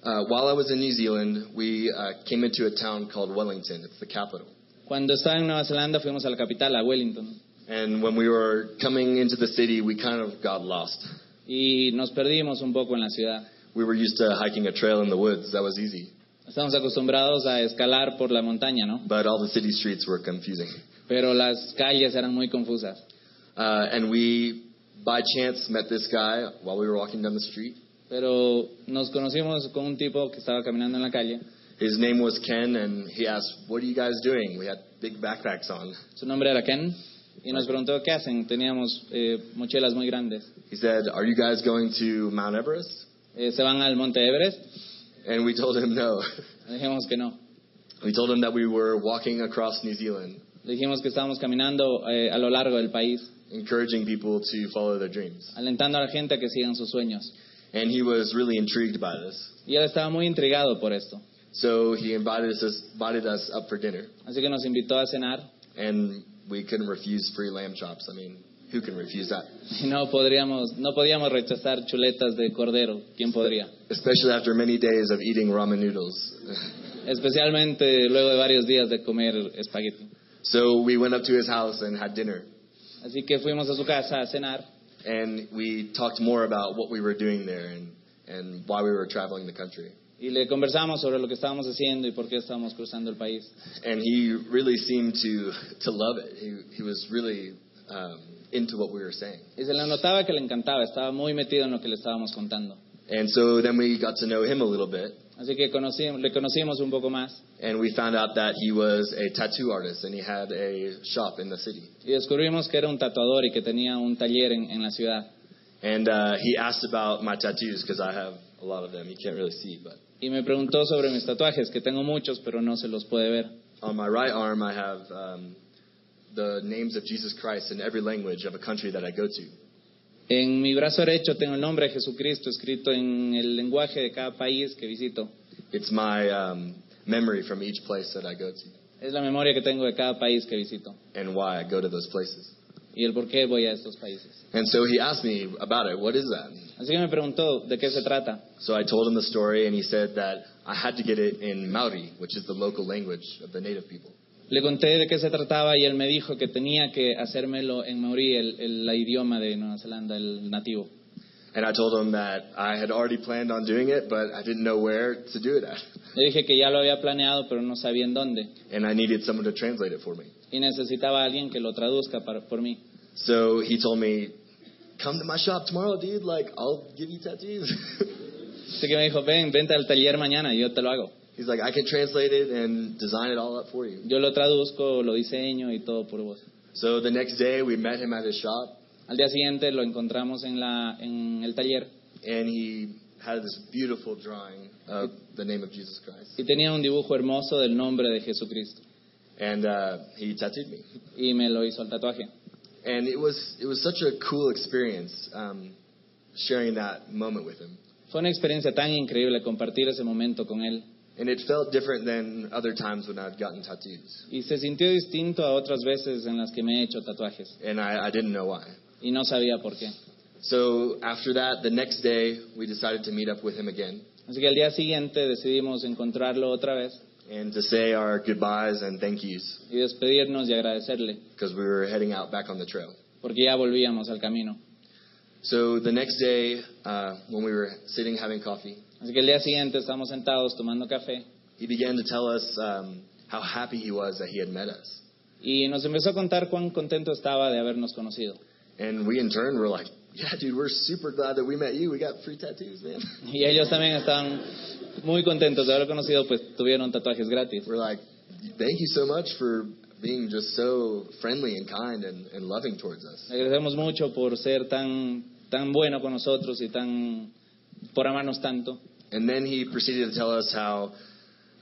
Speaker 2: Uh, while I was in New Zealand, we uh, came into a town called Wellington. It's the capital.
Speaker 3: Cuando estaba en Nueva Zelanda fuimos a la capital, a Wellington,
Speaker 2: And when we were coming into the city, we kind of got lost.
Speaker 3: y nos perdimos un poco en la ciudad.
Speaker 2: We were used to hiking a trail in the woods. That was easy.
Speaker 3: Estamos acostumbrados a escalar por la montaña, ¿no?
Speaker 2: But all the city streets were confusing.
Speaker 3: Pero las calles eran muy confusas.
Speaker 2: Uh, and we, by chance, met this guy while we were walking down the street.
Speaker 3: Pero nos conocimos con un tipo que estaba caminando en la calle.
Speaker 2: His name was Ken, and he asked, What are you guys doing? We had big backpacks on.
Speaker 3: Su nombre era Ken. Y nos preguntó qué hacen. Teníamos eh, mochilas muy grandes.
Speaker 2: He said, Are you guys going to Mount Everest?
Speaker 3: Eh, ¿Se van al Monte Everest?
Speaker 2: And we told him no.
Speaker 3: Dijimos que no.
Speaker 2: We told him that we were walking across New Zealand,
Speaker 3: Le Dijimos que estábamos caminando eh, a lo largo del país,
Speaker 2: encouraging people to follow their dreams.
Speaker 3: alentando a la gente a que sigan sus sueños.
Speaker 2: And he was really intrigued by this.
Speaker 3: Y él estaba muy intrigado por esto.
Speaker 2: So he invited us, invited us up for dinner,
Speaker 3: Así que nos invitó a cenar.
Speaker 2: and we couldn't refuse free lamb chops. I mean, who can refuse that?
Speaker 3: Y no, podríamos, no podíamos rechazar chuletas de cordero. ¿Quién podría?
Speaker 2: Especially after many days of eating ramen noodles.
Speaker 3: Especialmente luego de varios días de comer espagueti.
Speaker 2: So we went up to his house and had dinner.
Speaker 3: Así que fuimos a su casa a cenar
Speaker 2: And we talked more about what we were doing there and, and why we were traveling the country.
Speaker 3: y le conversamos sobre lo que estábamos haciendo y por qué estábamos cruzando el país.
Speaker 2: And he really seemed to, to love it. He, he was really um, into what we were saying.
Speaker 3: Y se le notaba que le encantaba, estaba muy metido en lo que le estábamos contando.
Speaker 2: And so then we got to know him a little bit.
Speaker 3: Así que conocí- le conocimos un poco más
Speaker 2: And we found out that he was a tattoo artist and he had a shop in the city.
Speaker 3: y descubrimos que era un tatuador y que tenía un taller en, en la ciudad.
Speaker 2: And uh, he asked about my tattoos because I have a lot of them. You can't really see, but
Speaker 3: Y me preguntó sobre mis tatuajes, que tengo muchos, pero no se los puede ver.
Speaker 2: on my right arm I have um, the names of Jesus Christ in every language of a country that I go to.
Speaker 3: En mi brazo derecho tengo el nombre de Jesucristo escrito en el lenguaje de cada país que visito.
Speaker 2: It's my um, memory from each place that I go to
Speaker 3: Es la memoria que tengo de cada país que visito
Speaker 2: and why I go to those places.
Speaker 3: y el por qué voy a estos países.
Speaker 2: And so he asked me about it. What is that?
Speaker 3: Así que me preguntó de qué se trata.
Speaker 2: So I told him the story, and he said that I had to get it in Maori, which is the local language of the native people.
Speaker 3: Le conté de qué se trataba y él me dijo que tenía que hacérmelo en maorí, el, el- la idioma de Nueva Zelanda, el nativo.
Speaker 2: And I told him that I had already planned on doing it, but I didn't know where to do it at.
Speaker 3: Le dije que ya lo había planeado, pero no sabía en dónde
Speaker 2: And I needed someone to translate it for me.
Speaker 3: y necesitaba a alguien que lo traduzca para- por mí.
Speaker 2: So he told me, Come to my shop tomorrow, dude. Like, I'll give you tattoos.
Speaker 3: Así que me dijo, ven, vente al taller mañana, yo te lo hago.
Speaker 2: He's like, I can translate it and design it all up for you.
Speaker 3: Yo lo traduzco, lo diseño y todo por vos.
Speaker 2: So the next day, we met him at his shop,
Speaker 3: Al día siguiente lo encontramos en, la, en el taller
Speaker 2: and he had this beautiful drawing of the name of Jesus Christ.
Speaker 3: y tenía un dibujo hermoso del nombre de Jesucristo
Speaker 2: And uh, he tattooed me.
Speaker 3: y me lo hizo el tatuaje.
Speaker 2: And it was, it was such a cool experience um, sharing that moment with him.
Speaker 3: Fue una experiencia tan increíble compartir ese momento con él
Speaker 2: And it felt different than other times when I'd gotten tattoos.
Speaker 3: y se sintió distinto a otras veces en las que me he hecho tatuajes
Speaker 2: And I, I didn't know why.
Speaker 3: y no sabía por qué.
Speaker 2: So after that, the next day, we decided to meet up with him again
Speaker 3: Así que al día siguiente decidimos encontrarlo otra vez
Speaker 2: and to say our goodbyes and thank yous
Speaker 3: y despedirnos y agradecerle
Speaker 2: because we were heading out back on the trail.
Speaker 3: porque ya volvíamos al camino.
Speaker 2: So the next day, uh, when we were sitting having coffee,
Speaker 3: Así que el día siguiente estamos sentados tomando café
Speaker 2: he began to tell us um, how happy he was that he had met us.
Speaker 3: y nos empezó a contar cuán contento estaba de habernos conocido.
Speaker 2: And we in turn were like, yeah, dude, we're super glad that we met you. We got free tattoos, man.
Speaker 3: Y ellos también estaban muy contentos de haber conocido, pues tuvieron tatuajes gratis.
Speaker 2: We're like, thank you so much for being just so friendly and kind and, and loving towards us.
Speaker 3: Le agradecemos mucho por ser tan, tan bueno con nosotros y tan, por amarnos tanto.
Speaker 2: And then he proceeded to tell us how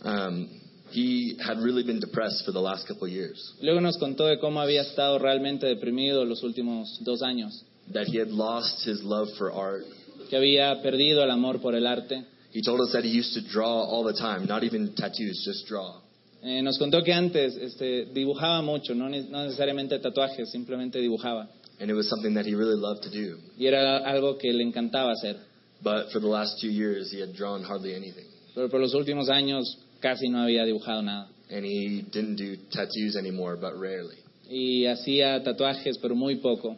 Speaker 2: um, he had really been depressed for the last couple of years,
Speaker 3: Luego nos contó de cómo había estado realmente deprimido los últimos dos años,
Speaker 2: that he had lost his love for art.
Speaker 3: que había perdido el amor por el arte.
Speaker 2: He told us that he used to draw all the time, not even tattoos, just draw.
Speaker 3: Eh, nos contó que antes este, dibujaba mucho, no, ne- no necesariamente tatuajes, simplemente dibujaba.
Speaker 2: And it was something that he really loved to do.
Speaker 3: Y era algo que le encantaba hacer.
Speaker 2: But for the last two years, he had drawn hardly anything.
Speaker 3: Pero por los últimos años casi no había dibujado nada.
Speaker 2: And he didn't do tattoos anymore, but rarely.
Speaker 3: Y hacía tatuajes, pero muy poco.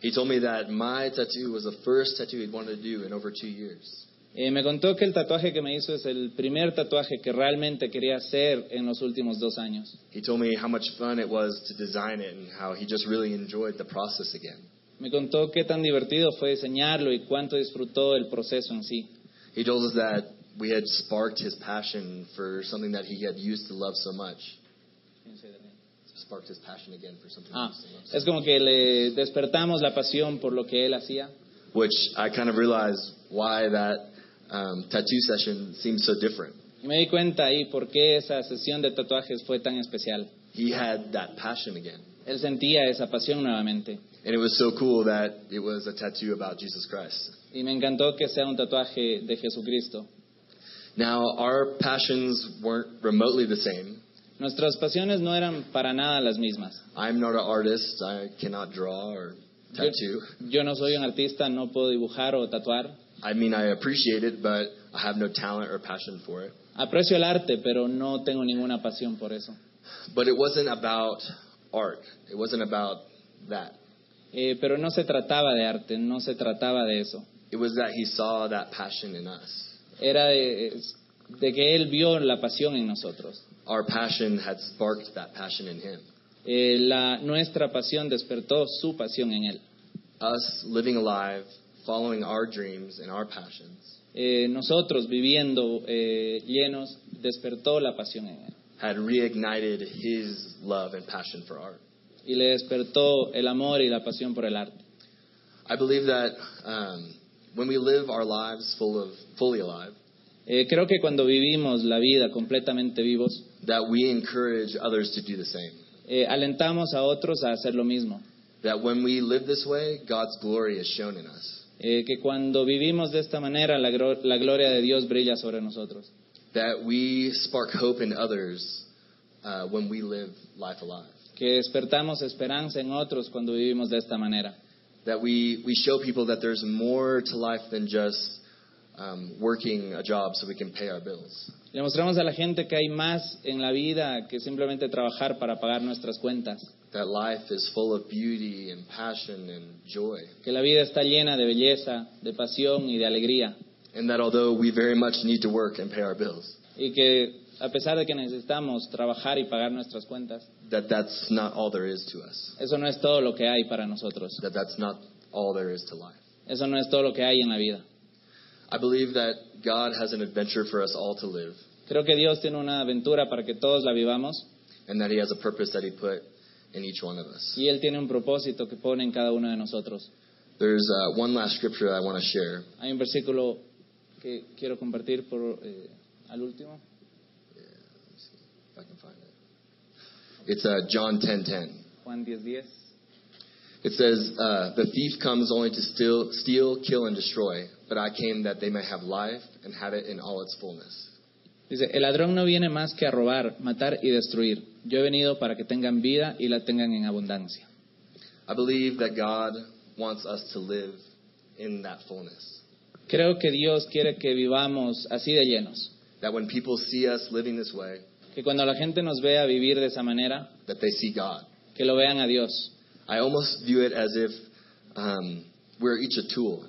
Speaker 2: He told me that my tattoo was the first tattoo he'd wanted to do in over two years.
Speaker 3: Eh, me contó que el tatuaje que me hizo es el primer tatuaje que realmente quería hacer en los últimos dos años.
Speaker 2: He told me how much fun it was to design it and how he just really enjoyed the process again.
Speaker 3: Me contó qué tan divertido fue diseñarlo y cuánto disfrutó el proceso en sí.
Speaker 2: He told us that we had sparked his passion for something that he had used to love so much. Sparked his passion again for something he
Speaker 3: Ah,
Speaker 2: used to love so
Speaker 3: es como que le despertamos la pasión por lo que él hacía.
Speaker 2: much. Which I kind of realized why that um, tattoo session seemed so different.
Speaker 3: Y me di cuenta ahí por qué esa sesión de tatuajes fue tan especial.
Speaker 2: He had that passion again.
Speaker 3: Él sentía esa pasión nuevamente.
Speaker 2: And it was so cool that it was a tattoo about Jesus Christ.
Speaker 3: Y me encantó que sea un tatuaje de Jesucristo.
Speaker 2: Now, our passions weren't remotely the same.
Speaker 3: Nuestras pasiones no eran para nada las mismas.
Speaker 2: I'm not an artist. I cannot draw or tattoo.
Speaker 3: Yo no soy un artista, no puedo dibujar o tatuar.
Speaker 2: I mean, I appreciate it, but I have no talent or passion for it.
Speaker 3: Aprecio el arte, pero no tengo ninguna pasión por eso.
Speaker 2: But it wasn't about art. It wasn't about that.
Speaker 3: Eh, pero no se trataba de arte, no se trataba de eso.
Speaker 2: It was that he saw that passion in us.
Speaker 3: Era de, de que Él vio la pasión en nosotros.
Speaker 2: Our passion had sparked that passion in him.
Speaker 3: Eh, la, nuestra pasión despertó su pasión en Él.
Speaker 2: Us living alive, following our dreams and our passions,
Speaker 3: Eh, nosotros viviendo eh, llenos, despertó la pasión en Él.
Speaker 2: had reignited his love and passion for art.
Speaker 3: Y le despertó el amor y la pasión por el arte.
Speaker 2: I believe that um, when we live our lives full of, fully alive,
Speaker 3: Eh, creo que cuando vivimos la vida completamente vivos,
Speaker 2: that we encourage others to do the same.
Speaker 3: eh, alentamos a otros a hacer lo mismo.
Speaker 2: That when we live this way, God's glory is shown in us.
Speaker 3: Eh, que cuando vivimos de esta manera, la, gro- la gloria de Dios brilla sobre nosotros.
Speaker 2: That we spark hope in others uh, when we live life alive.
Speaker 3: Que despertamos esperanza en otros cuando vivimos de esta manera.
Speaker 2: That we, we show people that there's more to life than just um, working a job so we can pay our bills.
Speaker 3: Le mostramos a la gente que hay más en la vida que simplemente trabajar para pagar nuestras cuentas.
Speaker 2: That life is full of beauty and passion and joy.
Speaker 3: Que la vida está llena de belleza, de pasión y de alegría.
Speaker 2: And that although we very much need to work and pay our bills,
Speaker 3: Y que a pesar de que necesitamos trabajar y pagar nuestras cuentas,
Speaker 2: that that's not all there is to us.
Speaker 3: eso no es todo lo que hay para nosotros.
Speaker 2: That that's not all there is to life.
Speaker 3: Eso no es todo lo que hay en la vida.
Speaker 2: I believe that God has an adventure for us all to live,
Speaker 3: Creo que Dios tiene una aventura para que todos la vivamos
Speaker 2: and that He has a purpose that He put in each one of us.
Speaker 3: y Él tiene un propósito que pone en cada uno de nosotros.
Speaker 2: There's uh, one last scripture I want to share.
Speaker 3: Hay un versículo que quiero compartir por, eh, al último.
Speaker 2: If I can find it. It's uh, John 10:10.
Speaker 3: Juan 10:10.
Speaker 2: It says, uh, "The thief comes only to steal, steal, kill, and destroy. But I came that they may have life and have it in all its fullness."
Speaker 3: Dice, el ladrón no viene más que a robar, matar y destruir. Yo he venido para que tengan vida y la tengan en abundancia.
Speaker 2: I believe that God wants us to live in that fullness.
Speaker 3: Creo que Dios quiere que vivamos así de llenos.
Speaker 2: That when people see us living this way,
Speaker 3: Que cuando la gente nos vea vivir de esa manera,
Speaker 2: that they see God.
Speaker 3: que lo vean a Dios.
Speaker 2: I almost view it as if um, we're each a tool.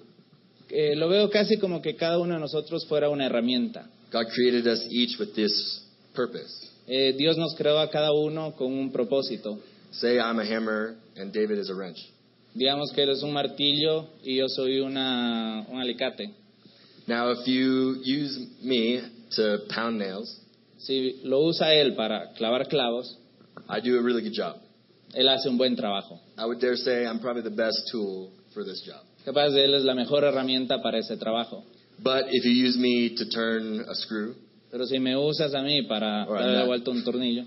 Speaker 3: Eh, lo veo casi como que cada uno de nosotros fuera una herramienta.
Speaker 2: God created us each with this purpose.
Speaker 3: Eh, Dios nos creó a cada uno con un propósito.
Speaker 2: Say I'm a hammer and David is a wrench.
Speaker 3: Digamos que él es un martillo y yo soy una, un alicate.
Speaker 2: Now, if you use me to pound nails,
Speaker 3: Si lo usa él para clavar clavos,
Speaker 2: I do a really good job.
Speaker 3: él hace un buen trabajo.
Speaker 2: I would dare say I'm probably the best tool for this job.
Speaker 3: Capaz de él es la mejor herramienta para ese trabajo.
Speaker 2: But if you use me to turn a screw,
Speaker 3: Pero si me usas a mí para
Speaker 2: Alright,
Speaker 3: darle la
Speaker 2: that-
Speaker 3: vuelta a un tornillo,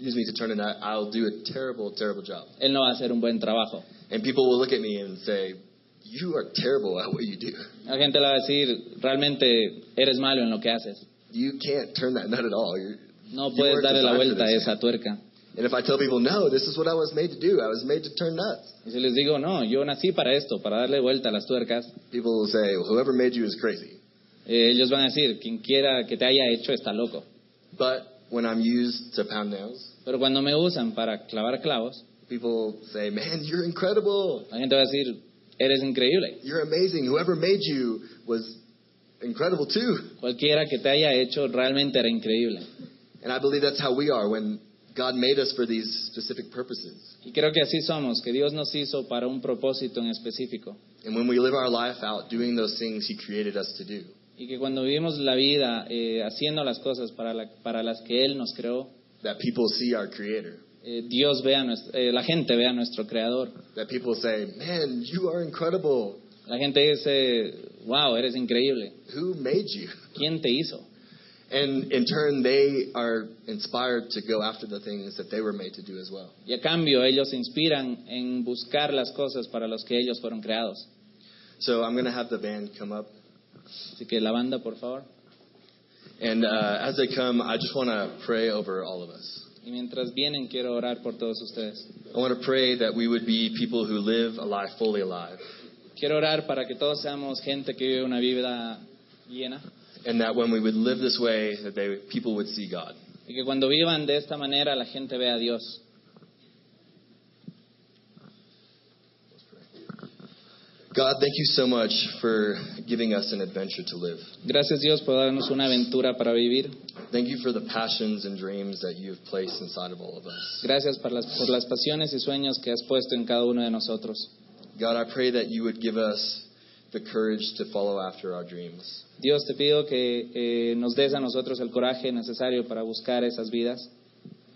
Speaker 2: use me to turn a nut, I'll do a terrible, terrible job.
Speaker 3: él no va a hacer un buen trabajo.
Speaker 2: And people will look at me and say, You are terrible at what you do.
Speaker 3: La gente le va a decir, realmente eres malo en lo que haces.
Speaker 2: You can't turn that nut at all. You're,
Speaker 3: No
Speaker 2: you
Speaker 3: puedes
Speaker 2: weren't
Speaker 3: darle la
Speaker 2: designed for
Speaker 3: vuelta a
Speaker 2: this."
Speaker 3: esa tuerca.
Speaker 2: And if I tell people, No, this is what I was made to do, I was made to turn nuts,
Speaker 3: Y si les digo, no, yo nací para esto, para darle vuelta a las tuercas,
Speaker 2: people will say, well, Whoever made you is crazy.
Speaker 3: eh, ellos van a decir, quien quiera que te haya hecho está loco.
Speaker 2: But when I'm used to pound nails,
Speaker 3: Pero cuando me usan para clavar clavos,
Speaker 2: people say, Man, you're incredible.
Speaker 3: la gente va a decir, eres increíble.
Speaker 2: You're amazing. Whoever made you was incredible too.
Speaker 3: Cualquiera que te haya hecho realmente era increíble.
Speaker 2: And I believe that's how we are when God made us for these specific purposes.
Speaker 3: Y creo que así somos, que Dios nos hizo para un propósito en específico.
Speaker 2: And when we live our life out doing those things He created us to do,
Speaker 3: Y que cuando vivimos la vida eh, haciendo las cosas para, la- para las que Él nos creó,
Speaker 2: that people see our Creator,
Speaker 3: eh, Dios vea, nues- eh, la gente vea a nuestro Creador.
Speaker 2: that people say, Man, you are incredible.
Speaker 3: La gente dice, wow, eres increíble.
Speaker 2: Who made you?
Speaker 3: ¿Quién te hizo?
Speaker 2: And in turn, they are inspired to go after the things that they were made to do as well.
Speaker 3: Y a cambio ellos se inspiran en buscar las cosas para las que ellos fueron creados.
Speaker 2: So I'm going to have the band come up.
Speaker 3: Así que la banda, por favor.
Speaker 2: And uh, as they come, I just want to pray over all of us.
Speaker 3: Y mientras vienen quiero orar por todos ustedes.
Speaker 2: I want to pray that we would be people who live a life fully alive,
Speaker 3: Quiero orar para que todos seamos gente que vive una vida llena
Speaker 2: and that when we would live this way, that they, people would see God.
Speaker 3: y que cuando vivan de esta manera la gente vea a Dios.
Speaker 2: God, thank you so much for giving us an adventure to live.
Speaker 3: Gracias Dios por darnos una aventura para vivir.
Speaker 2: Thank you for the passions and dreams that you've placed inside of all of us.
Speaker 3: Gracias por las, por las pasiones y sueños que has puesto en cada uno de nosotros.
Speaker 2: God, I pray that you would give us the courage to follow after our dreams.
Speaker 3: Dios te pido que eh, nos des a nosotros el coraje necesario para buscar esas vidas,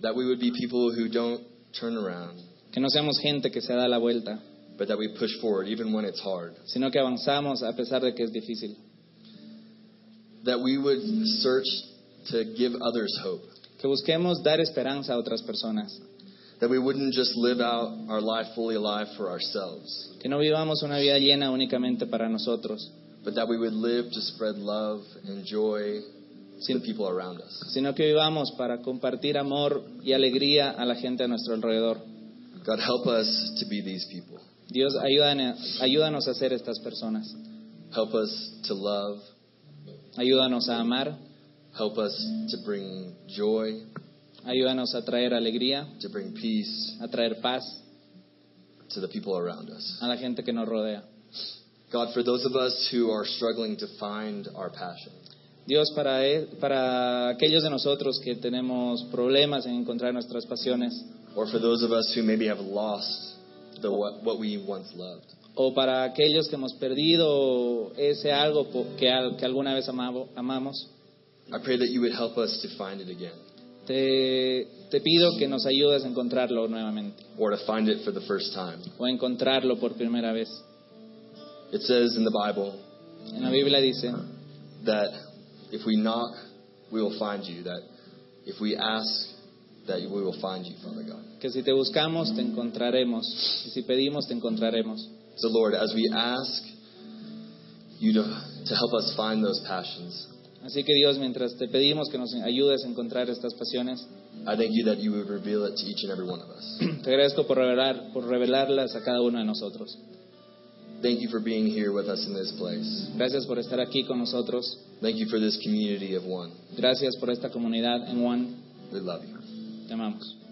Speaker 2: That we would be people who don't turn around,
Speaker 3: que no seamos gente que se da la vuelta,
Speaker 2: but that we push forward even when it's hard.
Speaker 3: sino que avanzamos a pesar de que es difícil,
Speaker 2: That we would search to give others hope.
Speaker 3: que busquemos dar esperanza a otras personas,
Speaker 2: That we wouldn't just live out our life fully alive for ourselves,
Speaker 3: que no vivamos una vida llena únicamente para nosotros,
Speaker 2: but that we would live to spread love and joy to the people around us.
Speaker 3: sino que vivamos para compartir amor y alegría a la gente a nuestro alrededor.
Speaker 2: God, help us to be these people.
Speaker 3: Dios, ayúdane- ayúdanos a ser estas personas,
Speaker 2: Help us to love.
Speaker 3: ayúdanos a amar,
Speaker 2: Help us to bring joy,
Speaker 3: ayúdanos a traer alegría,
Speaker 2: to bring peace
Speaker 3: a traer paz
Speaker 2: to the people around us.
Speaker 3: a la gente que nos rodea.
Speaker 2: God, for those of us who are struggling to find our passion,
Speaker 3: Dios, para, e- para aquellos de nosotros que tenemos problemas en encontrar nuestras pasiones,
Speaker 2: or for those of us who maybe have lost the what, what we once loved,
Speaker 3: o para aquellos que hemos perdido ese algo po- que, al- que alguna vez amabo- amamos,
Speaker 2: I pray that you would help us to find it again,
Speaker 3: te, te pido que nos ayudes a encontrarlo nuevamente,
Speaker 2: or to find it for the first time.
Speaker 3: o a encontrarlo por primera vez.
Speaker 2: It says in the Bible
Speaker 3: En la Biblia dice
Speaker 2: that if we knock, we will find you, that if we ask, that we will find you, Father God.
Speaker 3: que si te buscamos, te encontraremos, y si pedimos, te encontraremos.
Speaker 2: So, Lord, as we ask you to, to help us find those passions,
Speaker 3: Así que Dios, mientras te pedimos que nos ayudes a encontrar estas pasiones,
Speaker 2: I thank you that you would reveal it to each and every one of us.
Speaker 3: te agradezco por, revelar, por revelarlas a cada uno de nosotros.
Speaker 2: Thank you for being here with us in this place.
Speaker 3: Gracias por estar aquí con nosotros.
Speaker 2: Thank you for this community of one.
Speaker 3: Gracias por esta comunidad en One.
Speaker 2: We love you.
Speaker 3: Te amamos.